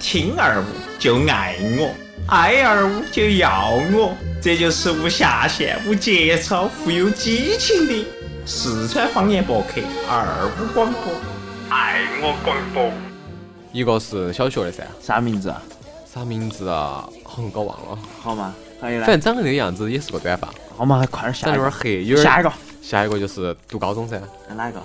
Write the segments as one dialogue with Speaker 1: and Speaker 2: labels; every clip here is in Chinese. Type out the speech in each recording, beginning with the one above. Speaker 1: 听二五就爱我，爱二五就要我，这就是无下限、无节操、富有激情的四川方言博客二五广播，爱我广播。
Speaker 2: 一个是小学的噻，
Speaker 3: 啥名字啊？
Speaker 2: 啥名字啊？好像搞忘了，
Speaker 3: 好嘛，还有呢
Speaker 2: 反？正长得那个样子也是个短发，
Speaker 3: 好嘛，快点下
Speaker 2: 长
Speaker 3: 一
Speaker 2: 得有
Speaker 3: 个
Speaker 2: 点，黑，有点
Speaker 3: 下一个，
Speaker 2: 下一个就是读高中噻，
Speaker 3: 哪一个？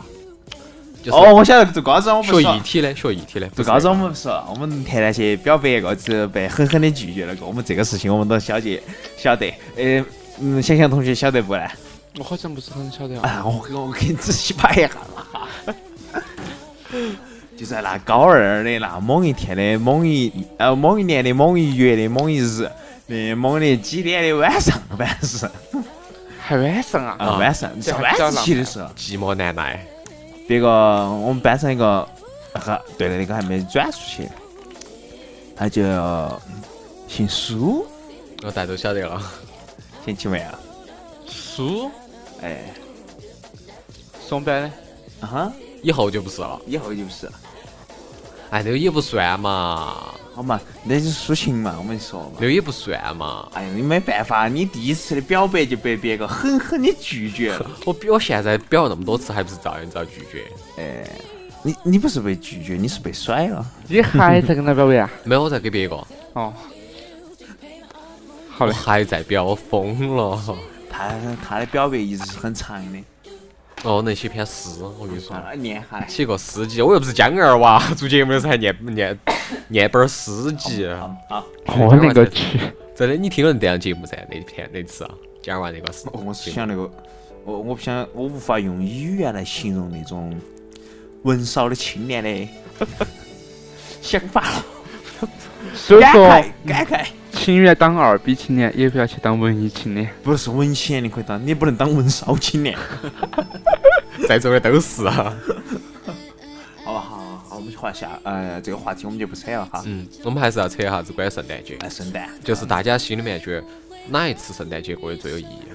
Speaker 2: 就是
Speaker 3: 哦，我晓得读高中我不说
Speaker 2: 学艺。体的，学艺体的，
Speaker 3: 读
Speaker 2: 读
Speaker 3: 高中我们不说，我们谈那些表白个，只被狠狠的拒绝了个。我们这个事情我们都小姐晓得，呃，嗯，想想同学晓得不呢？
Speaker 2: 我好像不是很晓得
Speaker 3: 啊，我给我给你仔细摆一下嘛。 就在那高二的那某一天的某一呃某一年的某一月的某一日的某的几点的晚上，晚上是
Speaker 4: 还晚上啊？
Speaker 3: 啊晚上
Speaker 4: 这
Speaker 3: 上
Speaker 4: 还
Speaker 3: 晚
Speaker 4: 比较
Speaker 3: 自习的
Speaker 4: 浪漫
Speaker 3: 时候，
Speaker 2: 寂寞难耐，
Speaker 3: 别个我们班上一个，呵，对的，那个还没转出去，他就嗯姓苏，
Speaker 2: 我大家都晓得了。
Speaker 3: 想起没啊有？
Speaker 4: 书
Speaker 3: 哎，
Speaker 4: 松柏的，
Speaker 3: 啊哈，
Speaker 2: 以后就不是了，
Speaker 3: 以后就是，
Speaker 2: 哎，那个也不算嘛，
Speaker 3: 好嘛，那就是抒情嘛，我们说嘛
Speaker 2: 那。个也不算嘛。
Speaker 3: 哎呀，你没办法，你第一次的表白就被别个狠狠的拒绝了。
Speaker 2: 我比我现在表了那么多次，还不是照样遭拒绝？
Speaker 3: 哎，你你不是被拒绝，你是被甩了。
Speaker 4: 你还在跟他表白啊？
Speaker 2: 没有，我在给别个，
Speaker 4: 哦，好
Speaker 2: 我
Speaker 4: 嘞，
Speaker 2: 还在表，我疯了。
Speaker 3: 他他的表白一直是很长的，
Speaker 2: 哦，那写篇诗，我跟你说
Speaker 3: 算，了，念哈。
Speaker 2: 写个诗集，我又不是江二娃， 做节目的时候还念念念本儿诗集。
Speaker 3: 啊，
Speaker 4: 我哦那个去，
Speaker 2: 真的，你听了那档节目噻，那篇那次啊，江二娃那个诗。
Speaker 3: 我是想那个，我我不想，我无法用语言来形容那种文少的青年的 想法了。
Speaker 4: 所以
Speaker 3: 感
Speaker 4: 说
Speaker 3: 慨感慨，
Speaker 4: 情愿当二逼青年，也不要去当文艺青年。
Speaker 3: 不是文青年你可以当，你不能当文少青年。
Speaker 2: 在座的都是啊。
Speaker 3: 好吧，好吧，好，我们换下，呃，这个话题我们就不扯了哈。
Speaker 2: 嗯，我们还是要扯一下子关于圣诞节，
Speaker 3: 哎，圣诞，
Speaker 2: 就是大家心里面觉得哪一次圣诞节过得最有意义啊？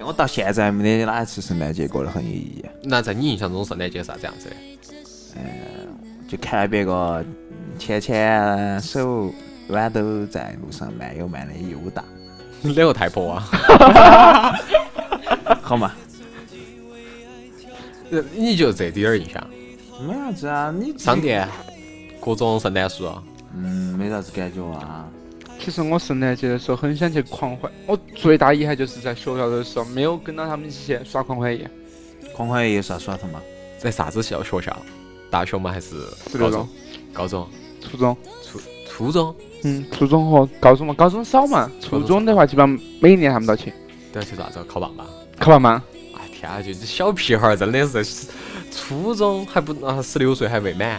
Speaker 3: 我到现在没得哪一次圣诞节过得很有意义，
Speaker 2: 那在你印象中圣诞节是啥子样子的？
Speaker 3: 就看别个牵牵手，豌豆在路上慢悠慢的溜达，
Speaker 2: 哪个太婆啊？
Speaker 3: 好嘛？
Speaker 2: 呃你就这点儿印象？
Speaker 3: 没啥子啊，你
Speaker 2: 商，店，各种圣诞树啊。
Speaker 3: 嗯，没啥子感觉啊。
Speaker 4: 其实我圣诞节的时候很想去狂欢，我最大遗憾就是在学校的时候没有跟到他们一起耍狂欢夜，
Speaker 3: 狂欢夜有啥耍头嘛？
Speaker 2: 在啥子小学校？大学吗？还是
Speaker 4: 是
Speaker 2: 高中
Speaker 4: 那种？
Speaker 2: 高中、
Speaker 4: 初中，
Speaker 2: 初中
Speaker 4: 嗯，初中和高中嘛，高中少嘛，初中的话基本上每年他们都去，
Speaker 2: 都要去啥子？考棒棒？
Speaker 4: 考棒棒，
Speaker 2: 哎天啊，就这小屁孩儿真的是，初中还不啊十六岁还未满，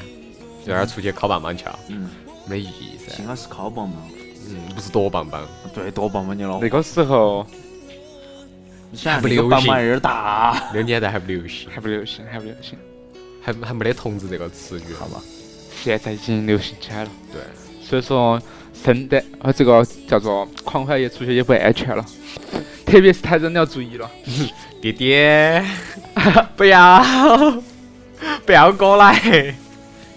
Speaker 2: 就在那儿出去考棒棒去了，
Speaker 3: 嗯，
Speaker 2: 没意义噻
Speaker 3: 幸。好是烤棒棒，
Speaker 2: 嗯，不是躲棒棒，
Speaker 3: 对，多棒棒你了
Speaker 4: 那。个时候
Speaker 3: 你想
Speaker 2: 不
Speaker 3: 那
Speaker 2: 流
Speaker 3: 个
Speaker 2: 行
Speaker 3: 棒棒有点大，
Speaker 2: 那个年代还不流行，
Speaker 4: 还不流行，还不流行，
Speaker 2: 还还没得“同志”这个词语。
Speaker 3: 好吧？
Speaker 4: 现在已经流行起来了。
Speaker 2: 对，
Speaker 4: 所以说圣诞呃这个叫做狂欢夜出去也不安全了，特别是他人要注意了。
Speaker 2: 爹爹， 不要，不要过来。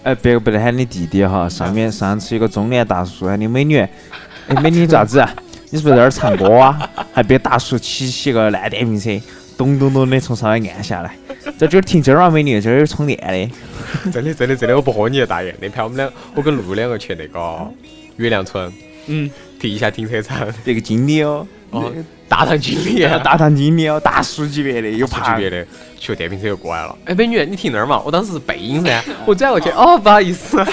Speaker 3: 哎，别个不能喊你弟弟哈，上面上次有个中年大叔喊你美女，哎，美女咋子啊？ 你是不是在那儿唱歌啊？还被大叔骑起个烂电瓶车，咚咚咚的从上面按下来，在这儿停这儿啊，美女，这儿有充电的。
Speaker 2: 真的，真的，真的，我不喝你的大爷。那盘我们两，我跟露露两个去那个月亮村，
Speaker 4: 嗯，
Speaker 2: 停一下停车场，
Speaker 3: 这个经理哦，
Speaker 2: 哦，大堂经理，
Speaker 3: 大堂经理哦，大叔级别的，有
Speaker 2: 出
Speaker 3: 爬
Speaker 2: 级别的，骑个电瓶车就过来了。哎，美女，你停那儿嘛！我当时是背影 噻，我转过去，哦，不好意 思。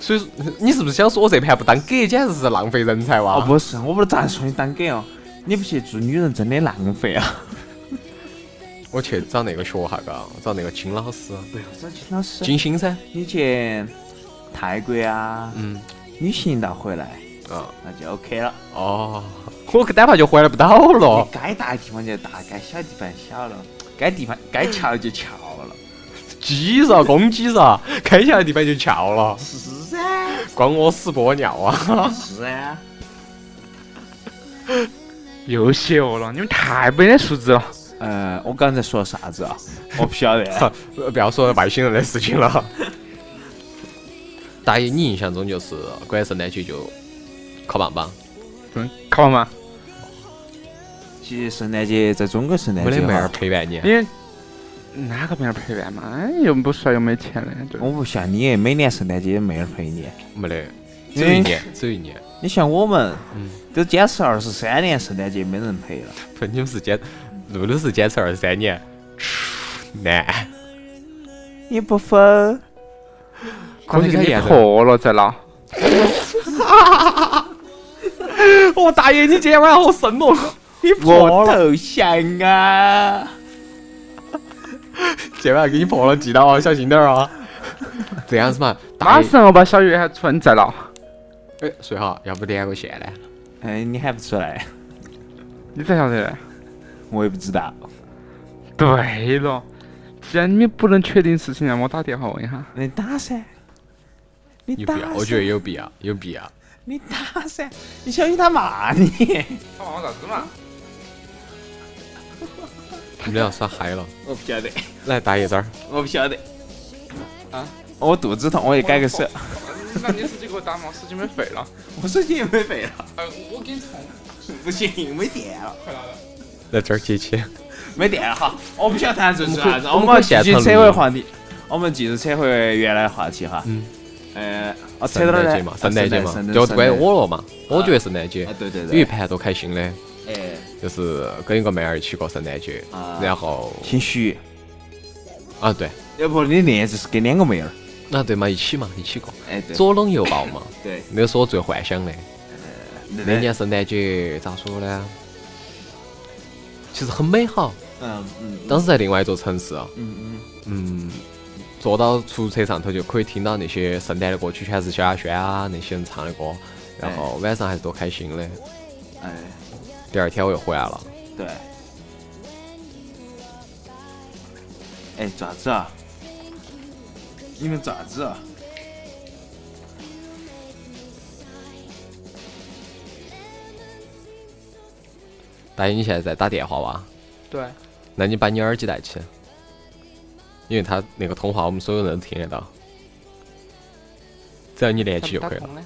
Speaker 2: 所以说你是不是想说我这盘不当给，简直是浪费人才哇？
Speaker 3: 哦，不是，我不是咋说你当 gay 哦，你不去做女人真的浪费啊。
Speaker 2: 我去找那个学校嘎，找那个金老师，
Speaker 3: 不要找金老师，
Speaker 2: 金星噻。
Speaker 3: 你去泰国啊，
Speaker 2: 嗯，
Speaker 3: 旅行一道回来，
Speaker 2: 啊，
Speaker 3: 那就 OK 了。
Speaker 2: 哦，我单怕就回来不到了
Speaker 3: 你。该大的地方就大，该小的地方小了，该地方该翘就翘了。
Speaker 2: 鸡肉，公鸡肉，开起来地板就翘了，
Speaker 3: 是噻，
Speaker 2: 关我屎玻尿啊！
Speaker 3: 是噻。
Speaker 4: 又邪恶了，你们太没得素质了。
Speaker 3: 呃，我刚才说了啥子啊？ 我不晓得。
Speaker 2: 好，呃 不要说外星人的事情 了。大一，你印象中就是过完圣诞节就烤棒棒，
Speaker 4: 嗯，考吗？
Speaker 3: 其实圣诞节在中国圣诞
Speaker 2: 没
Speaker 3: 节
Speaker 2: 得妹儿
Speaker 3: 哈，
Speaker 2: 陪伴你。啊
Speaker 4: 因为哪个没人陪伴嘛？哎又不帅又没钱的，就
Speaker 3: 我不像你，每年圣诞节没人陪你。
Speaker 2: 没得，只有一年，只有一年。
Speaker 3: 你像我们
Speaker 2: 嗯，
Speaker 3: 都坚持二十三年圣诞节没人陪了。
Speaker 2: 不，你们是坚，露露是坚持二十三年， 难。
Speaker 3: 你不分，
Speaker 4: 估计
Speaker 2: 他
Speaker 4: 你
Speaker 2: 演的
Speaker 4: 破了在 那。
Speaker 2: 哦，大爷，你今天晚上好生
Speaker 4: 哦
Speaker 2: 猛，你
Speaker 3: 我投降啊！
Speaker 2: 今晚上给你破了，记到啊，小心点儿啊。这样子嘛，大
Speaker 4: 马
Speaker 2: 爷，
Speaker 4: 上我把小月还存在了，
Speaker 2: 哎，睡哈，要不连个线呢？
Speaker 3: 哎，你喊不出来，
Speaker 4: 你咋晓得的？
Speaker 3: 我也不知道。
Speaker 4: 对了，既然你们不能确定事情，让啊我打电话问一下。
Speaker 3: 你打噻，你
Speaker 2: 有必
Speaker 3: 打
Speaker 2: 要？
Speaker 3: 噻，
Speaker 2: 我觉得有必要，有必要。
Speaker 3: 你打噻，你小心他骂你。
Speaker 4: 他问我啥子嘛？
Speaker 2: 你们俩耍嗨了，
Speaker 3: 我不晓得，
Speaker 2: 来，大爷这儿，
Speaker 3: 我不晓得。
Speaker 4: 啊？
Speaker 3: 我肚子痛，我也改个手。
Speaker 4: 嗯那你手机给我打嘛，手机没费了。
Speaker 3: 我手机也没费了，
Speaker 4: 哎，我给你充，
Speaker 3: 不行，没电了，
Speaker 4: 快来了。
Speaker 2: 来这儿接起。
Speaker 3: 没电了哈。我不晓得谈这是啥子，
Speaker 2: 我
Speaker 3: 我
Speaker 2: 们
Speaker 3: 们
Speaker 2: 可以
Speaker 3: 继
Speaker 2: 现
Speaker 3: 续
Speaker 2: 场录
Speaker 3: 扯
Speaker 2: 音
Speaker 3: 回话题，我们继续扯回原来话题哈。
Speaker 2: 嗯。
Speaker 3: 呃，我扯
Speaker 2: 圣
Speaker 3: 到哪儿
Speaker 2: 诞节
Speaker 3: 呢
Speaker 2: 嘛，
Speaker 3: 啊
Speaker 2: 圣诞节嘛
Speaker 3: 圣，
Speaker 2: 就
Speaker 3: 圣
Speaker 2: 关于
Speaker 3: 诞
Speaker 2: 我了嘛。我觉得圣诞节
Speaker 3: 啊，对对
Speaker 2: 有一
Speaker 3: 对，
Speaker 2: 盘多开心的，
Speaker 3: 哎，
Speaker 2: 就是跟一个妹儿一起过圣诞节，
Speaker 3: 啊
Speaker 2: 然后
Speaker 3: 姓徐，
Speaker 2: 啊对，
Speaker 3: 要不你那次是跟两个妹儿？
Speaker 2: 啊对嘛，一起嘛，一起过，
Speaker 3: 哎，对
Speaker 2: 左搂右抱嘛，
Speaker 3: 对，
Speaker 2: 那个是我最幻想的。
Speaker 3: 那
Speaker 2: 那年圣诞节咋说呢？其实很美好，
Speaker 3: 嗯嗯
Speaker 2: 当时在另外一座城市啊，
Speaker 3: 嗯
Speaker 2: 嗯，坐到出租车上头就可以听到那些圣诞的歌曲，全是萧亚轩啊那些人唱的歌，然后晚上还是多开心的。
Speaker 3: 嗯，哎，
Speaker 2: 第二天我又回来了，
Speaker 3: 对。哎，爪子啊？你们爪子啊？
Speaker 2: 大爷你现在在打电话哇？
Speaker 4: 对，
Speaker 2: 那你把你耳机戴起，因为他那个通话我们所有人都听得到，只要你连起就
Speaker 4: 打
Speaker 2: 可以了。
Speaker 4: 通了。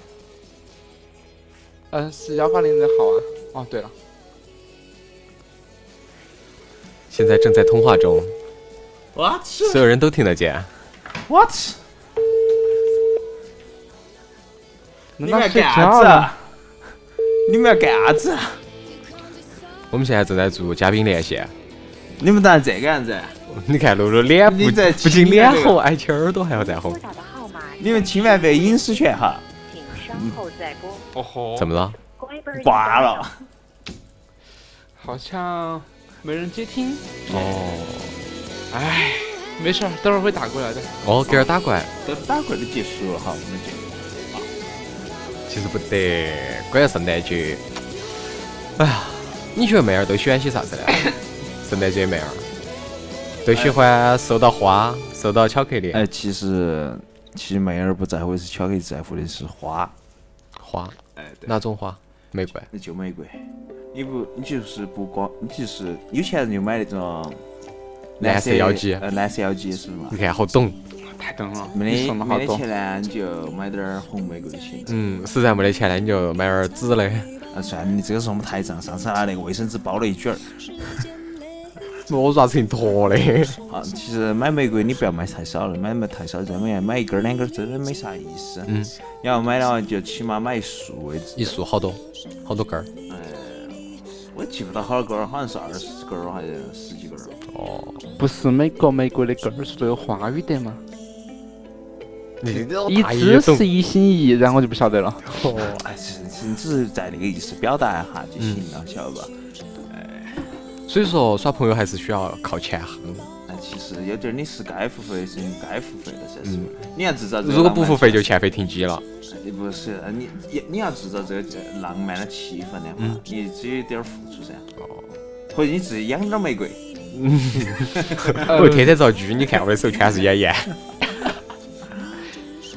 Speaker 4: 嗯，是幺八零的号啊。哦，对了，
Speaker 2: 现在正在通话中，
Speaker 1: 我去，
Speaker 2: 所有人都听得见。
Speaker 3: What？
Speaker 4: 你
Speaker 3: 你们要干啥子？啊？你们要干啥子？啊？
Speaker 2: 我们现在正在做嘉宾连线，
Speaker 3: 你们打算这个样子啊？
Speaker 2: 你看露露脸不
Speaker 3: 你在
Speaker 2: 不仅脸
Speaker 3: 亲热这
Speaker 2: 红，而且耳朵还要再红
Speaker 5: 拨。打的号码
Speaker 3: 你们千万不要隐私权哈，
Speaker 5: 请稍后再拨。
Speaker 4: 哦吼
Speaker 2: 怎么了？
Speaker 3: 挂了。
Speaker 4: 好像没人接听。
Speaker 2: 哦，
Speaker 4: 唉，没事儿，等会儿会打过来的。
Speaker 2: 哦，给人打过来，
Speaker 3: 都打过就结束了哈，我们就
Speaker 2: 其实不得，关于圣诞节，哎呀，你觉得妹儿都喜欢些啥 子呢？圣诞节妹儿都喜欢收到花，收到巧克力，
Speaker 3: 哎，其实其实妹儿不在乎的是巧克力，在乎的是花。
Speaker 2: 花
Speaker 3: 哎，对，
Speaker 2: 哪种花？玫瑰。
Speaker 3: 那就玫瑰。你不，你就是不光，你就是有钱人就买那种
Speaker 2: 蓝色妖姬
Speaker 3: 呃，蓝色妖姬是吗
Speaker 2: 你？看好懂，
Speaker 4: 太懂了，
Speaker 3: 没
Speaker 4: 你
Speaker 3: 得
Speaker 4: 送了好
Speaker 3: 没得
Speaker 4: 多。
Speaker 3: 钱呢，你就买点儿红玫瑰就行了。
Speaker 2: 嗯，实在没得钱呢，你就买点儿纸的。
Speaker 3: 啊，算了，你这个是我们台长上次拿那个卫生纸包了一卷儿。
Speaker 2: 我爪子一坨的，
Speaker 3: 啊，其实买玫瑰你不要买太少了，买买太少在美院买一根儿两根儿真的没啥意思。
Speaker 2: 嗯，
Speaker 3: 你要买的话就起码买一束为止。
Speaker 2: 一束好多，好多根儿。
Speaker 3: 我记不到好多根儿，好像是二十根儿还是十几根儿。
Speaker 2: 哦，
Speaker 4: 不是每个玫瑰的根儿是都有花语的吗？
Speaker 2: 你
Speaker 4: 一枝是一心一意，然后我就不晓得了。
Speaker 3: 哎，甚甚至在那个意思表达一下就行了，晓得吧？
Speaker 2: 嗯所以说耍朋友还是需要靠钱哼。
Speaker 3: 那其实有点儿你是该付费的事情该付费的噻，是
Speaker 2: 嗯
Speaker 3: 吧？你要制造这个
Speaker 2: 如果不付费就
Speaker 3: 浪
Speaker 2: 欠费停机了。
Speaker 3: 漫的，不是呃你你你要制造这个浪漫的气氛的话
Speaker 2: 嗯，
Speaker 3: 你只有点儿付出噻，
Speaker 2: 哦，
Speaker 3: 或者你自己养点儿玫瑰。
Speaker 2: 我天天遭狙，你看我的手全是眼眼。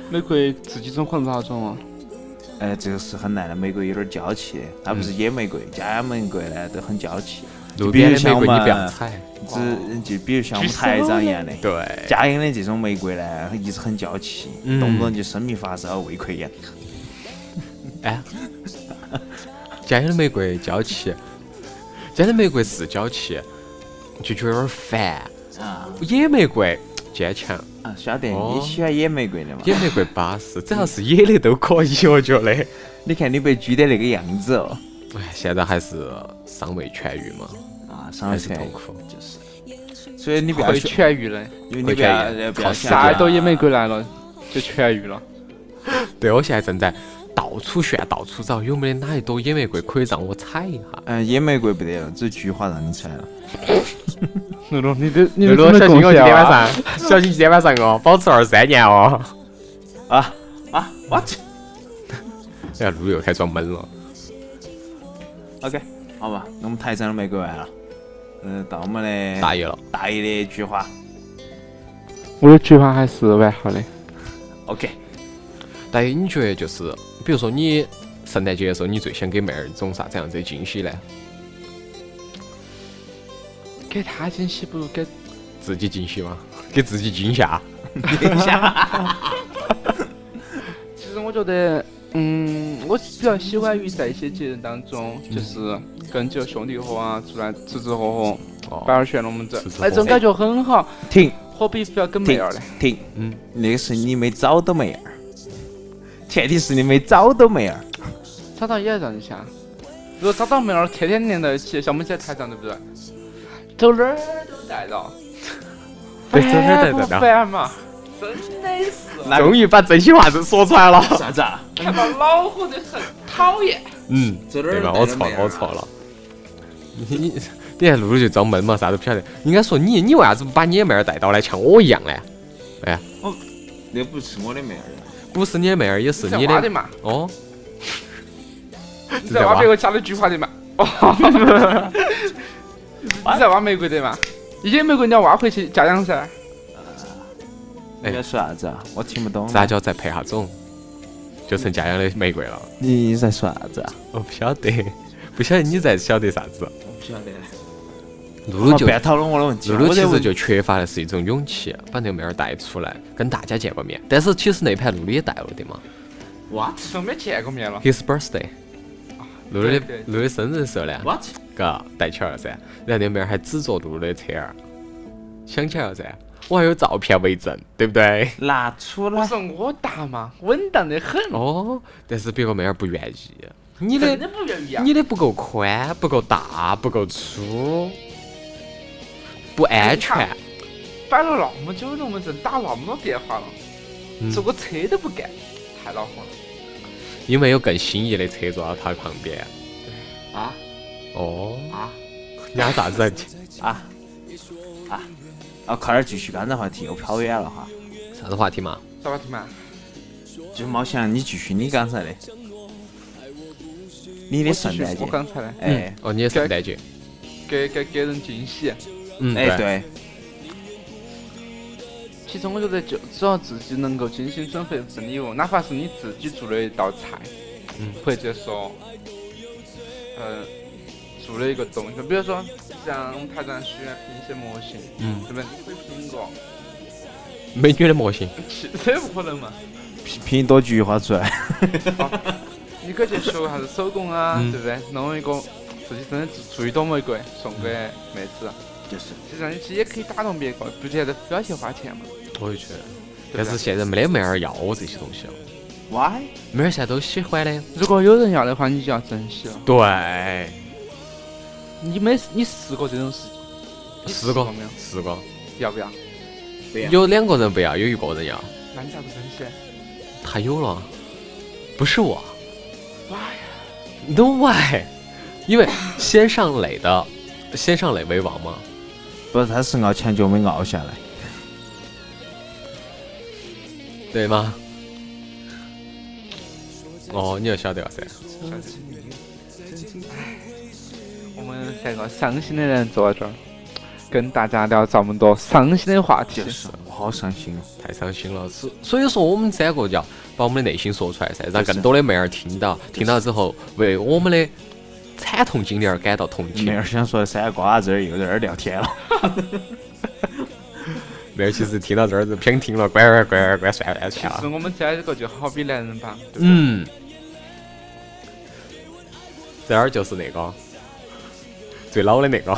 Speaker 4: 玫瑰自己种可能不好种哦。
Speaker 3: 嗯哎，这个是很难的，玫瑰有点儿娇气的，它不是野玫瑰，家养玫瑰呢都很娇气。
Speaker 2: 路
Speaker 3: 比
Speaker 2: 边
Speaker 3: 如
Speaker 2: 的玫
Speaker 3: 像我
Speaker 2: 瑰你不要
Speaker 3: 们
Speaker 2: 采。
Speaker 3: 这就比如像我们台长一样的，
Speaker 2: 对，
Speaker 3: 嘉兴的这种玫瑰呢，一直很娇气，
Speaker 2: 嗯
Speaker 3: 动不动就生米发烧、胃溃疡。
Speaker 2: 哎，家乡的玫瑰娇气，家乡的玫瑰是娇气，就觉得有点烦。
Speaker 3: 啊
Speaker 2: 野玫瑰坚强，
Speaker 3: 啊，晓得
Speaker 2: 哦
Speaker 3: 你喜欢野玫瑰的嘛？
Speaker 2: 野玫瑰巴适，只要是野的都可以，我觉得。
Speaker 3: 你看你被拘的那个样子哦，
Speaker 2: 哎，现在还是尚未痊愈嘛，
Speaker 3: 啊，上
Speaker 2: 还
Speaker 3: 了
Speaker 2: 是
Speaker 3: 车
Speaker 2: 痛苦。
Speaker 3: 就是。所以你不要
Speaker 4: 会
Speaker 3: 去，
Speaker 4: 痊愈的，
Speaker 3: 你不
Speaker 2: 会劝人
Speaker 3: 要不
Speaker 2: 靠
Speaker 3: 要
Speaker 2: 对啊
Speaker 4: 啥
Speaker 3: 想
Speaker 4: 都野玫瑰来了就痊愈了。
Speaker 2: 对，我现在正在到处炫，到处找有没得哪一朵野玫瑰可以让我采一下。
Speaker 3: 嗯，野玫瑰不得了，只有菊花让你采了。
Speaker 4: 露露，你的你
Speaker 2: 露
Speaker 4: 的
Speaker 2: 露，
Speaker 4: 真
Speaker 2: 小
Speaker 4: 的
Speaker 2: 心
Speaker 4: 贡
Speaker 2: 我今
Speaker 4: 献
Speaker 2: 天晚
Speaker 4: 啊！
Speaker 2: 上，小心今天晚上哦，保持二三年哦。
Speaker 3: 啊啊，what？
Speaker 2: 哎呀，露露又开始装闷了。
Speaker 3: OK，好吧，那我们台长的玫瑰完了，嗯，到我们的
Speaker 2: 大意了，
Speaker 3: 大一的菊花
Speaker 4: 我的菊花还是完好的，
Speaker 3: ，OK，
Speaker 2: 大意，你觉得就是，比如说你圣诞节的时候，你最想给妹儿一种啥子样子的惊喜呢？
Speaker 4: 给他惊喜不如给
Speaker 2: 自己惊喜吗？ 给自己惊吓？
Speaker 4: 其实我觉得，嗯，我是比较喜欢于在一些节日当中，就是跟几个兄弟伙啊出来吃吃喝喝，摆
Speaker 2: 哦，
Speaker 4: 点旋龙门阵哎
Speaker 2: 吃吃，喝
Speaker 4: 那种感觉很好。
Speaker 3: 停
Speaker 4: 何必非要跟妹
Speaker 3: 停
Speaker 4: 儿嘞？
Speaker 3: 停，
Speaker 2: 嗯，
Speaker 3: 那个是你没找到妹儿，前提是你没找到妹儿。
Speaker 4: 找到也让一下。如果找到妹儿，天天连到一起，像我们这台上对不对？走哪儿都带 到，哎
Speaker 2: 对走哪儿都带到
Speaker 4: 烦不烦嘛？真的是，
Speaker 3: 那
Speaker 2: 终于把真心话子说出 来了。
Speaker 3: 啥子啊？
Speaker 4: 看到恼火的很，讨厌。
Speaker 2: 嗯，
Speaker 3: 走哪儿
Speaker 2: 对吧？
Speaker 3: 都
Speaker 2: 我
Speaker 3: 带着
Speaker 2: 错
Speaker 3: 妹
Speaker 2: 了，
Speaker 3: 儿啊
Speaker 2: 我错了。你你你看露露就装闷嘛，啥都不晓得。应该说你，你为啥子不把你的妹儿带到来，像我一样呢？
Speaker 3: 那不是我的妹儿，啊
Speaker 2: 不是你的妹儿，也是
Speaker 4: 在
Speaker 2: 你
Speaker 4: 挖的
Speaker 2: 的
Speaker 4: 嘛？
Speaker 2: 哦。
Speaker 4: 你
Speaker 2: 是在
Speaker 4: 在挖
Speaker 2: 挖
Speaker 4: 别个家的菊花的嘛？哦 你在挖玫瑰的嘛？野玫瑰你要挖回去家养噻。
Speaker 2: 哎
Speaker 3: 你要说啥子啊？我听不懂。
Speaker 2: 啥？叫再配下种，就成家养的玫瑰了。
Speaker 3: 你在说啥子啊？
Speaker 2: 我不晓得， 不晓得你在晓得啥子。
Speaker 3: 我不晓得。
Speaker 2: 露露就
Speaker 3: 不要讨论我的问题。啊
Speaker 2: 露
Speaker 3: 我
Speaker 2: 露其
Speaker 3: 在
Speaker 2: 实
Speaker 3: 问
Speaker 2: 就缺乏的是一种勇气，把那个妹儿带出来跟大家见个面。但是其实那盘露露也带了的嘛
Speaker 4: 哇，都没见过面了。
Speaker 2: ，His birthday，露露的
Speaker 4: 对对
Speaker 2: 露露的生日时候呢，
Speaker 3: what？
Speaker 2: 嘎带起来了噻。然后那妹儿还指着露露的车儿，想起来了噻，我还有照片为证，对不对？
Speaker 3: 拿出
Speaker 4: 不
Speaker 3: 来
Speaker 4: 是我大嘛，稳当的很。
Speaker 2: 哦，但是别个妹儿不愿意，你
Speaker 4: 你
Speaker 2: 的
Speaker 4: 嗯真的不愿意啊？
Speaker 2: 你的不够宽，不够大，不够粗，不安全。
Speaker 4: 摆了那么久龙门阵，打那么多电话了，
Speaker 2: 嗯
Speaker 4: 坐个车都不敢，太恼火了。
Speaker 2: 因为有更心仪的车坐到他旁边。
Speaker 3: 啊
Speaker 2: 哦，
Speaker 3: 啊
Speaker 2: 你喊啥子？
Speaker 3: 啊啊！啊，快点继续刚才话题，又跑远了哈。
Speaker 2: 啥子话题嘛？
Speaker 4: 咋个听嘛？
Speaker 3: 就是猫想你继续你刚才的，你的
Speaker 4: 我
Speaker 3: 圣
Speaker 4: 继续
Speaker 3: 诞节
Speaker 4: 我，刚才呢，
Speaker 3: 哎
Speaker 2: 哦，你的圣诞节。
Speaker 4: 给给给人惊喜。
Speaker 2: 嗯，
Speaker 3: 哎，对，
Speaker 4: 其实我觉得，就只要自己能够精心准备一份礼物，哪怕是你自己做的一道菜，
Speaker 2: 嗯
Speaker 4: 或者说，呃，做了一个东西，比如说像台长喜欢拼一些模型，
Speaker 2: 嗯，
Speaker 4: 对不对？你会拼过，
Speaker 2: 美女的模型。
Speaker 4: 其这不可能嘛？
Speaker 3: 拼拼一朵菊花出来，
Speaker 4: 你可以去学下子手工啊，
Speaker 2: 嗯
Speaker 4: 对不对？弄一个自己真的做做一朵玫瑰送给妹子，
Speaker 3: 就是
Speaker 4: 其实你其实也可以打动别个，不见得非要去花钱嘛。
Speaker 2: 我也觉得。
Speaker 4: 对
Speaker 2: 但
Speaker 4: 不
Speaker 2: 是
Speaker 4: 对？
Speaker 2: 现在没得妹儿要我这些东西了，
Speaker 3: why？
Speaker 2: 妹儿现在都喜欢的。
Speaker 4: 如果有人要的话，你就要珍惜了。
Speaker 2: 对，
Speaker 4: 你没你试过这种事情？你
Speaker 2: 十
Speaker 4: 过
Speaker 2: 个
Speaker 4: 没有？，
Speaker 2: 十个，
Speaker 4: 要不要？
Speaker 2: 有两个人不要，有一个人要。
Speaker 4: 那你咋不珍惜？
Speaker 2: 他有了，不是我。哎
Speaker 4: 哇
Speaker 2: No why？因为先上垒的，先上垒为王嘛。
Speaker 3: 不是，他是熬墙角没熬下来。
Speaker 2: 对吗？哦，你要晓得了噻。
Speaker 4: 我们三个伤心的人坐在这儿，跟大家聊这么多伤心的话题。
Speaker 3: 就是，我好伤心哦。
Speaker 2: 太伤心了，所所以说我们三个要把我们的内心说出来噻，让更多的妹儿听到，听到之后为我们的惨痛经历而感到同
Speaker 3: 妹
Speaker 2: 情。
Speaker 3: 儿想说三瓜子儿又在这儿聊天了。
Speaker 2: 没有，其实听到这儿就偏听了，乖乖乖乖乖，算完
Speaker 4: 其
Speaker 2: 算
Speaker 4: 实
Speaker 2: 了。
Speaker 4: 我们在这个就好比男人吧，对不对？
Speaker 2: 嗯，这儿就是那个最老的那个，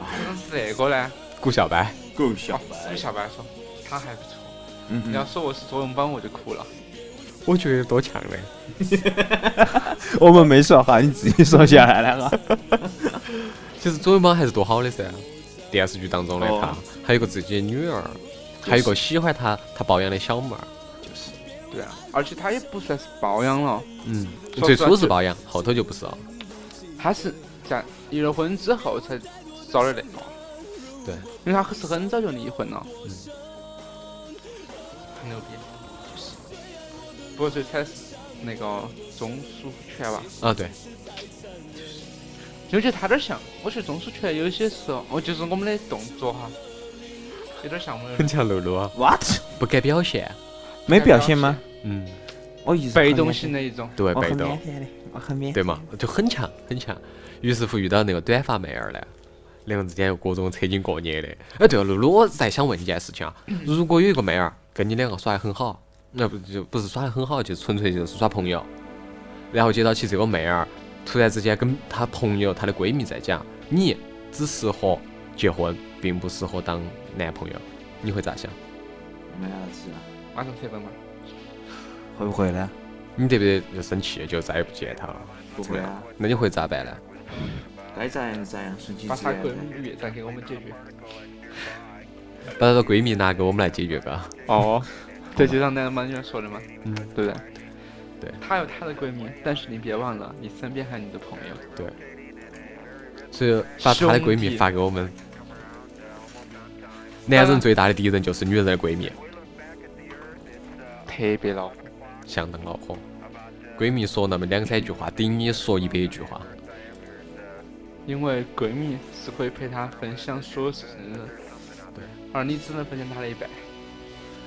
Speaker 4: 那是那个呢？
Speaker 2: 顾小白。
Speaker 1: 够小
Speaker 4: 我小白说他还不错，
Speaker 3: 嗯
Speaker 4: 你要说我是左文帮我就哭了。
Speaker 2: 我觉得多强嘞！
Speaker 3: 我们没说哈，你自己说下来了哈。
Speaker 2: 其实周云邦还是多好的噻，电视剧当中的他，
Speaker 1: 哦
Speaker 2: 还有个自己的女儿，还有个喜欢他，他抱养的小妹儿。
Speaker 4: 对啊，而且他也不算是包养了，
Speaker 2: 嗯，
Speaker 4: 说
Speaker 2: 最
Speaker 4: 出来
Speaker 2: 初是
Speaker 4: 就
Speaker 2: 抱养，后头就不是了。
Speaker 4: 他是在离了婚之后才找的那个。
Speaker 2: 对，
Speaker 4: 因为他是很早就离婚了。
Speaker 2: 嗯。
Speaker 4: 很牛逼。就是。不过最惨是那个钟书全吧，
Speaker 2: 啊，对，
Speaker 4: 因为我觉得他有点像，我觉得钟书全有些时候，哦，就是我们的动作哈，有点像我们
Speaker 2: 很像露啊露，
Speaker 3: What？
Speaker 2: 不敢表现。
Speaker 3: 没表现吗？？
Speaker 2: 嗯，
Speaker 3: 我一直
Speaker 4: 被动型的一种。
Speaker 2: 对，
Speaker 3: 我
Speaker 2: 被
Speaker 3: 哦很腼
Speaker 2: 动，
Speaker 3: 腆的，我很腼。
Speaker 2: 对嘛，就很强很强。于是乎遇到那个短发妹儿呢，两个人之间有各种扯筋过捏的。哎，对了，露露，我在想问一件事情啊，如果有一个妹儿跟你两个耍得很好，那不就不是耍得很好，就纯粹就是耍朋友，然后接到起这个妹儿突然之间跟她朋友、她的闺蜜在讲，你只适合结婚，并不适合当男朋友，你会咋想？
Speaker 3: 没啥子啊，
Speaker 4: 马上贴分吧。
Speaker 3: 会不会呢？
Speaker 2: 你得不得就生气，就再也不见她了？
Speaker 3: 不会啊，
Speaker 2: 那你会咋办呢？
Speaker 3: 该咋样就咋样，顺其
Speaker 4: 把她闺蜜再给我们解决。
Speaker 2: 把她的闺蜜拿给我们来解决吧。
Speaker 4: 哦， 对，就像那个马俊说的嘛，
Speaker 2: 嗯
Speaker 4: 对不对？
Speaker 2: 对
Speaker 4: 她有她的闺蜜，但是你别忘了，你身边还有你的朋友。
Speaker 2: 对，所以把她的闺
Speaker 4: 兄
Speaker 2: 蜜
Speaker 4: 弟
Speaker 2: 发给我们。男人最大的敌人就是女人的闺蜜，
Speaker 4: 特别恼火，
Speaker 2: 相当恼火。闺蜜说那么两三句话，顶你说一百句话。
Speaker 4: 因为闺蜜是会陪她分享所有事情的人，
Speaker 2: 对，
Speaker 4: 而你只能分享她的一半，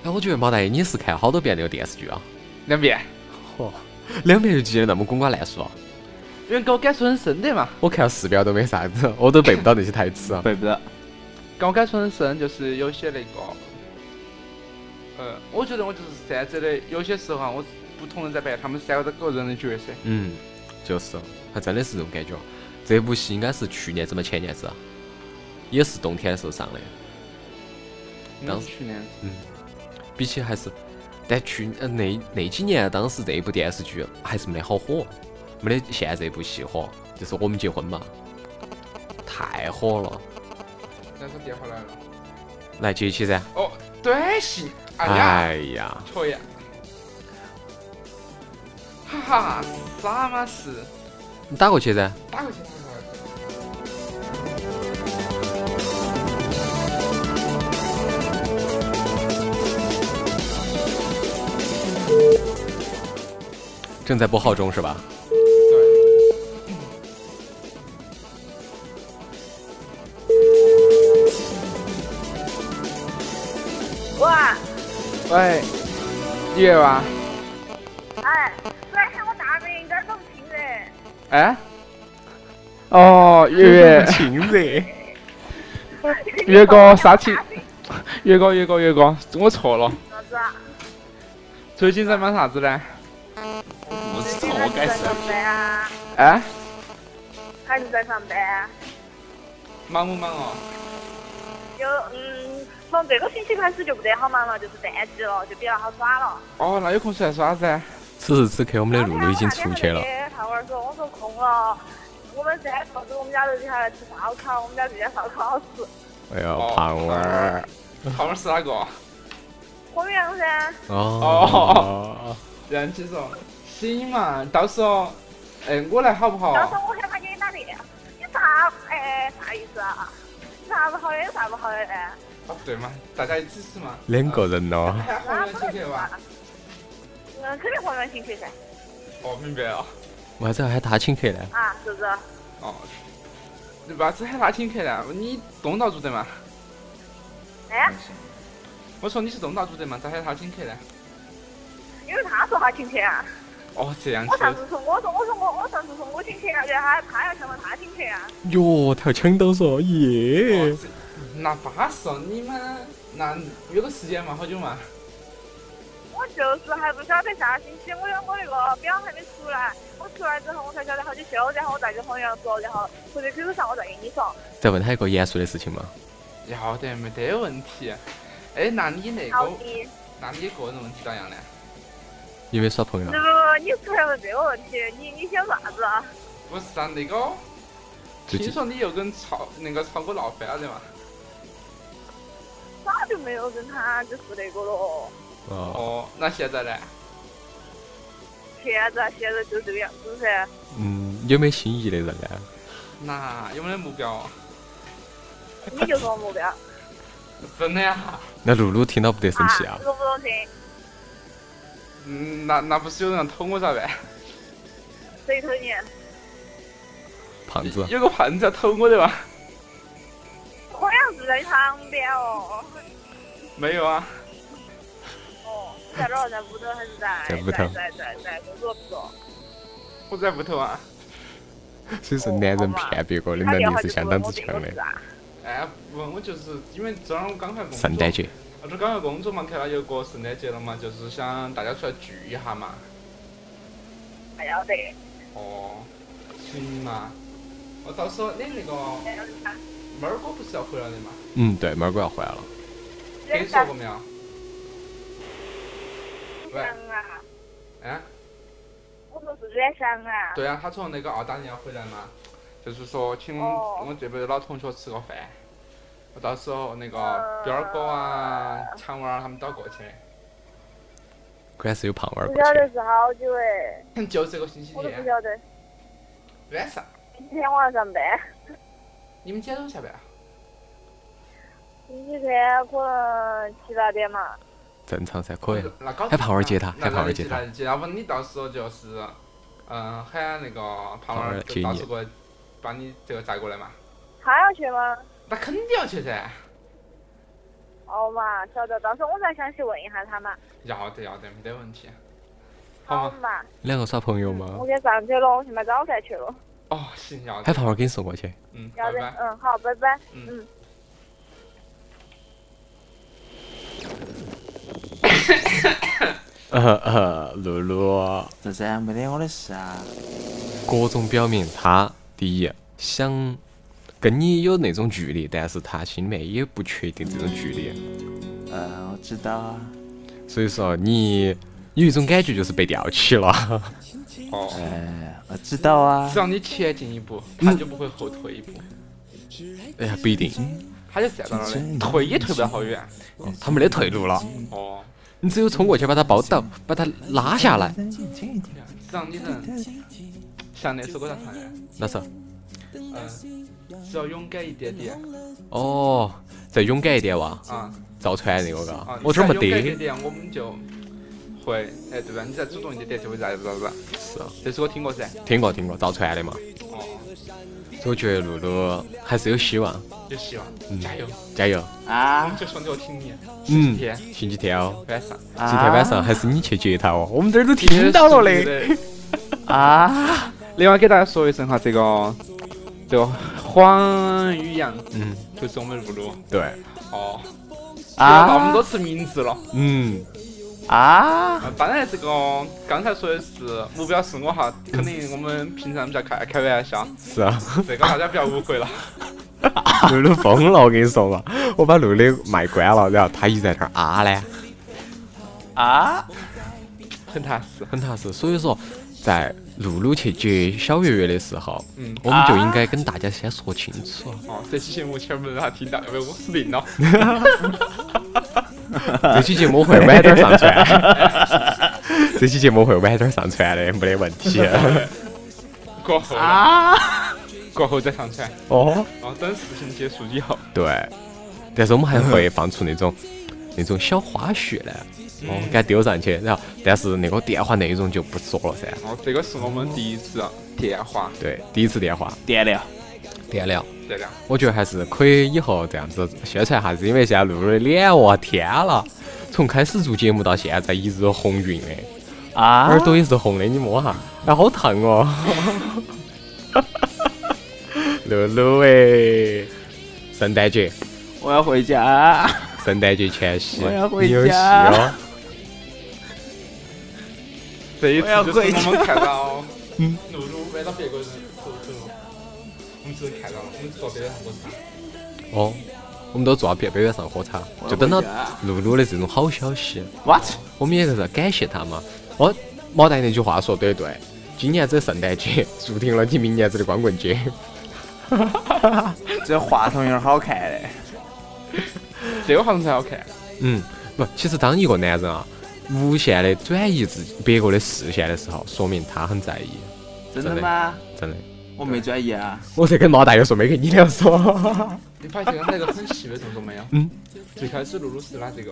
Speaker 2: 哎，我觉得毛大爷你是看好多遍那个电视剧啊，
Speaker 4: 两遍，
Speaker 2: 两遍就记得那么滚瓜烂熟啊！
Speaker 4: 因为给我感触很深的嘛，
Speaker 2: 我看了四遍都没啥子， 我都背不到那些台词 啊。
Speaker 3: 背不到。
Speaker 4: 给我感触很深，就是有些那个，呃，我觉得我就是三者的，有些时候啊，我不同的在扮演他们三个各人的角色，
Speaker 2: 嗯，就是，还真的是这种感觉。这部戏应该是去年子嘛，前年子啊，也是冬天的时候上的。
Speaker 4: 应该
Speaker 2: 当
Speaker 4: 是去年
Speaker 2: 比起还是，但去呃那那几年，当时这一部电视剧还是没得好火，没得现在这部戏火，就是我们结婚嘛，太火了。
Speaker 4: 但是电话来了，
Speaker 2: 来接起噻！
Speaker 4: 哦，短信，哎呀，
Speaker 2: 哎呀，
Speaker 4: 讨厌，哈哈，啥嘛事？
Speaker 2: 你打过去噻。
Speaker 4: 打过去，打过去。
Speaker 2: 正在拨号中是吧？
Speaker 4: 对，
Speaker 5: 哇，
Speaker 4: 喂，月娃，
Speaker 5: 哎，昨天我大妹应该都不听的，
Speaker 4: 哎，哦， 月月，
Speaker 1: 亲热，
Speaker 4: 月哥，啥情？月哥，月哥，月哥，我错了。
Speaker 5: 啥子啊？
Speaker 4: 最近在忙啥子呢？
Speaker 1: 我
Speaker 5: 最
Speaker 1: 操，
Speaker 5: 近
Speaker 1: 我
Speaker 5: 还
Speaker 1: 该
Speaker 5: 是在
Speaker 1: 死
Speaker 5: 上班啊？
Speaker 4: 哎，
Speaker 5: 还是在上班啊？
Speaker 4: 忙不忙哦？
Speaker 5: 有，嗯，从这个星期开始就不得好忙了，就是淡季了，就比较好耍了。
Speaker 4: 哦，那有空出来耍 噻。
Speaker 2: 此时此刻，我们的露露已经出去了。
Speaker 5: 他玩说，我说空了。我们三个子，我们家楼底下来吃烧烤，我们家这家烧烤好吃。
Speaker 2: 哎呀，
Speaker 4: 哦
Speaker 2: 胖娃儿。
Speaker 4: 旁边是哪个？
Speaker 5: 火苗噻，
Speaker 2: 哦。
Speaker 4: 人起说，行嘛，到时候，哎，我来好不好？
Speaker 5: 到时候我想他给你打电话，你啥？哎，啥意思啊？你啥不好的，有啥不好的嘞？
Speaker 4: 啊对嘛，大家一起吃嘛。
Speaker 2: 两个人啊咯。
Speaker 4: 哎，后面出去吧。
Speaker 5: 嗯，肯定混乱进去噻。
Speaker 4: 哦，明白了。
Speaker 2: 我还在喊他请客呢。
Speaker 5: 啊，是不是？
Speaker 4: 哦，你把子喊他请客呢？你东道主的嘛？
Speaker 5: 哎，
Speaker 4: 我说你是东道主的嘛，咋喊他请客呢？
Speaker 5: 因为他说他请客啊。
Speaker 4: 哦，这样
Speaker 5: 我
Speaker 4: 子。
Speaker 5: 上次说，我说我说我我上次说我请客啊，然后他他要抢到他请客啊。
Speaker 2: 哟，他要抢到嗦，耶
Speaker 4: 哦！这那巴适哦，你们那约个时间嘛，好久嘛？
Speaker 5: 我就是还不晓得下星期我有我那个表还没出来，我出来之后我才晓得好去休，然后我再跟朋友说，然后回去 QQ 上我再跟你说。
Speaker 2: 再问他一个严肃的事情嘛。
Speaker 4: 要得，没得问题。哎，那你那
Speaker 5: 好
Speaker 4: 个，
Speaker 5: 的，
Speaker 4: 那你个人问题咋样呢？
Speaker 2: 有没有耍朋友
Speaker 5: 那？么你出来问这个问题，你你想啥子啊？
Speaker 4: 不是啊，那个，
Speaker 2: 自己
Speaker 4: 听说你又跟吵那个吵过闹翻了的嘛？
Speaker 5: 早就没有跟他就是那个了。
Speaker 2: 哦，
Speaker 4: 哦，那现在呢？
Speaker 5: 现在现在就这个样子噻。
Speaker 2: 嗯，有没有心仪的人啊？
Speaker 4: 那有没得目标哦？
Speaker 5: 你就说目标
Speaker 4: 真的呀？
Speaker 2: 那露露听到不得生
Speaker 5: 啊
Speaker 2: 气啊，
Speaker 5: 这？个不懂听，
Speaker 4: 嗯，那那不是有人捅我咋办？
Speaker 5: 谁偷你？
Speaker 2: 胖子， 啊
Speaker 4: 有个胖子要捅我的吧？
Speaker 5: 好像住在你旁边哦。
Speaker 4: 没有啊，
Speaker 5: 哦，在哪儿？在屋头还是在？
Speaker 2: 在屋头
Speaker 5: 在在在工作不做？
Speaker 4: 我在屋头啊。
Speaker 2: 所以说男人骗别个的能力是相当之强的。
Speaker 4: 哎，不，我就是因为昨晚我刚才工作，
Speaker 2: 圣诞节，
Speaker 4: 我啊这刚才工作嘛，看到有个圣诞节了嘛，就是想大家出来聚一下嘛。
Speaker 5: 还要得。
Speaker 4: 哦，行嘛。我到时候你那个猫儿哥不是要回来的嘛？
Speaker 2: 嗯，对，猫儿哥要回来了。
Speaker 4: 跟你说过没有？
Speaker 5: 想啊，
Speaker 4: 哎，
Speaker 5: 我说是远香啊。
Speaker 4: 对啊，他从那个澳大利亚回来嘛，就是说请
Speaker 5: 哦
Speaker 4: 我们这边的老同学吃个饭。我到时候那个彪儿哥啊、强娃儿他们都要过去
Speaker 2: 果然是有胖娃儿
Speaker 5: 不
Speaker 2: 过
Speaker 5: 晓得
Speaker 2: 去。
Speaker 5: 是好久哎，
Speaker 4: 的，就这个星期
Speaker 5: 我都不
Speaker 4: 天
Speaker 5: 晓得。
Speaker 4: 晚上。
Speaker 5: 今天晚上上班，
Speaker 4: 你们几点钟下班啊？
Speaker 5: 星期天可能七八点嘛。
Speaker 2: 正常噻，可以。
Speaker 4: 那搞
Speaker 2: 喊胖娃儿接他
Speaker 4: 那
Speaker 2: 喊胖娃
Speaker 4: 那
Speaker 2: 儿
Speaker 4: 就
Speaker 2: 接他
Speaker 4: 那就接要不你到时候就是，嗯，喊那个
Speaker 2: 胖
Speaker 4: 胖娃
Speaker 2: 娃
Speaker 4: 儿
Speaker 2: 儿
Speaker 4: 就
Speaker 2: 接
Speaker 4: 到
Speaker 2: 你
Speaker 4: 时候过来把你这个载过来嘛。
Speaker 5: 他要去吗？
Speaker 4: 那肯定要去噻，
Speaker 5: 哦嘛，晓得，到时候我再详细问一下他嘛。
Speaker 4: 要得要得，没得问题。好
Speaker 5: 好
Speaker 4: 吗？
Speaker 5: 嘛，
Speaker 2: 两个耍朋友吗
Speaker 5: 嗯？我先上去了，我去买早饭去了。
Speaker 4: 哦，行，要
Speaker 2: 喊
Speaker 4: 得，
Speaker 2: 胖娃儿给你送过去。
Speaker 4: 嗯，
Speaker 5: 要
Speaker 4: 拜
Speaker 5: 得
Speaker 4: 拜，。
Speaker 5: 嗯，好，拜拜。
Speaker 4: 嗯
Speaker 5: 嗯，
Speaker 2: 呃呃，露露
Speaker 3: 这噻，没得我的事啊。
Speaker 2: 各种表明他第一想跟你有那种距离，但是他心里面也不确定这种距离，
Speaker 3: 呃，我知道啊。
Speaker 2: 所以说你有一种感觉就是被吊起了。
Speaker 4: 哦，
Speaker 2: 哎
Speaker 3: 呃，我知道啊
Speaker 4: 只。要你前进一步，他就不会后退一步，
Speaker 2: 哎呀，不一定，
Speaker 4: 他就站到那儿的，退也退不了好远。
Speaker 2: 他没得退路了，
Speaker 4: 哦，
Speaker 2: 你只有冲过去把他抱倒，把他拉下来。
Speaker 4: 只要你能像那首歌上唱的，
Speaker 2: 那是
Speaker 4: 嗯，只要勇敢一点点，
Speaker 2: 哦，再勇敢一点哇，
Speaker 4: 啊
Speaker 2: 赵传那个
Speaker 4: 啊
Speaker 2: 嘎，，我这儿没
Speaker 4: 只要勇敢一点
Speaker 2: 得。
Speaker 4: 点，我们就会，哎，对吧？你再主动一点点，就会咋子咋子。
Speaker 2: 是啊，
Speaker 4: 这首歌听过噻？
Speaker 2: 听过听过，赵传的嘛。
Speaker 4: 哦，
Speaker 2: 所以我觉得露露还是有希望，
Speaker 4: 有希望，加油！
Speaker 2: 加油。
Speaker 3: 啊
Speaker 4: 就说你我听你，
Speaker 2: 嗯
Speaker 4: 天，
Speaker 2: 星期天哦，
Speaker 4: 晚上。
Speaker 3: 啊
Speaker 2: 今天晚上还是你去接他哦，我们这儿都听到了嘞。
Speaker 3: 啊！
Speaker 4: 另外给大家说一声哈，这个这个黄宇阳
Speaker 2: 嗯，
Speaker 4: 就是我们的露露
Speaker 2: 对，
Speaker 4: 哦，
Speaker 3: 啊
Speaker 4: 那么多次名字了。
Speaker 2: 嗯，
Speaker 3: 啊！
Speaker 4: 呃当然，这个刚才说的是目标是我哈，肯定我们平常比较开开玩笑，
Speaker 2: 是啊，
Speaker 4: 这个大家不要误会了。
Speaker 2: 露露疯了，我跟你说嘛，我把露露麦关了，然后她一直在那儿啊嘞，
Speaker 3: 啊！
Speaker 4: 很踏实，
Speaker 2: 很踏实。所以说，在露露去接小月月的时候，
Speaker 4: 嗯，
Speaker 2: 我们就应该跟大家先说清楚，
Speaker 4: 哦，这期节目千万不能让他听到，要不然我死定了。
Speaker 2: 这期节目会晚点儿上传，啊 这期节目会晚点儿上传的，没得问题。啊
Speaker 4: 过后啊，过后再上传，
Speaker 2: 哦，
Speaker 4: 然后等事情结束以后，
Speaker 2: 对，但是我们还会放出那种那种小花絮来，哦，给它丢上去，然后但是那个电话内容就不说了噻。
Speaker 4: 哦，这个是我们第一次电话，
Speaker 2: 对，第一次电话
Speaker 3: 点了，
Speaker 2: 电聊，
Speaker 4: 这样。
Speaker 2: 我觉得还是可以以后这样子宣传下子，因为现在露露的脸，我天了，从开始做节目到现在一日红晕的，
Speaker 3: 啊
Speaker 2: 耳，朵也是红的，你摸哈，啊，好烫哦！ 露露哎，圣诞节，
Speaker 6: 我要回家。啊
Speaker 2: 圣诞节前夕，
Speaker 6: 我要回
Speaker 2: 你有戏
Speaker 6: 家
Speaker 2: 哦！
Speaker 6: 这一次
Speaker 7: 要
Speaker 6: 就是
Speaker 7: 回
Speaker 6: 我们看到，
Speaker 4: 露露歪到别个人头头了，我们只能看到，我们坐边上喝茶。
Speaker 2: 哦，我们都坐到边边上喝茶，
Speaker 6: 我要
Speaker 2: 就等到
Speaker 6: 回家
Speaker 2: 露露的这种好消息，
Speaker 6: what？
Speaker 2: 我们也是要感谢他嘛。哦，毛大爷那句话说得对，今年子圣诞节 注定了你明年子的光棍节。
Speaker 3: 这话筒有点好看嘞。
Speaker 6: 这个好像才好看。
Speaker 2: 嗯， 不，其实当一个男人啊，无限的转移自己别个的视线的时候，说明他很在意，
Speaker 6: 真
Speaker 2: 的
Speaker 6: 吗？
Speaker 2: 真的。
Speaker 6: 我没转移啊。
Speaker 2: 我在跟毛大爷说，没跟你俩说。
Speaker 4: 你发现刚才一个很细微的动作没有？
Speaker 2: 嗯。
Speaker 4: 最开始露露是拿这个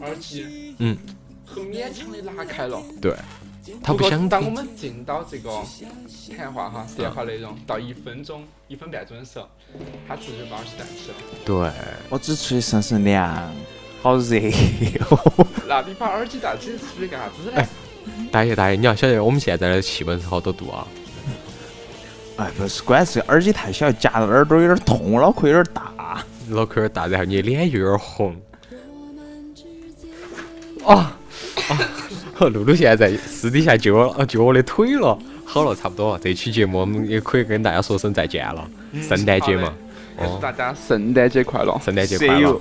Speaker 4: 耳机，
Speaker 2: 嗯，
Speaker 4: 很勉强的拿开了。
Speaker 2: 对，他不
Speaker 4: 过
Speaker 2: 想
Speaker 4: 当我
Speaker 2: 听。
Speaker 4: 们进到这个谈话哈，电话内容到一分钟、一分半钟的时候，他直接把耳机带起了。
Speaker 2: 对，
Speaker 3: 我只出去乘乘凉，好热哦。
Speaker 4: 那你把耳机带起是出去干啥子呢
Speaker 2: 哎？大爷大爷，你要晓得我们现在的气温是好多度啊？
Speaker 3: 哎，不是，关键是耳机太小，夹到耳朵有点痛，我脑壳有点大。
Speaker 2: 脑壳儿大，然后你脸又有点红。啊啊！ 露露现在在私底下揪我 揪我的腿了。好了，差不多了，这期节目我们也可以跟大家
Speaker 6: 哎
Speaker 2: 说声再见了。圣诞节嘛，
Speaker 6: 啊哦祝大家圣诞节快乐！
Speaker 2: 圣诞节快乐！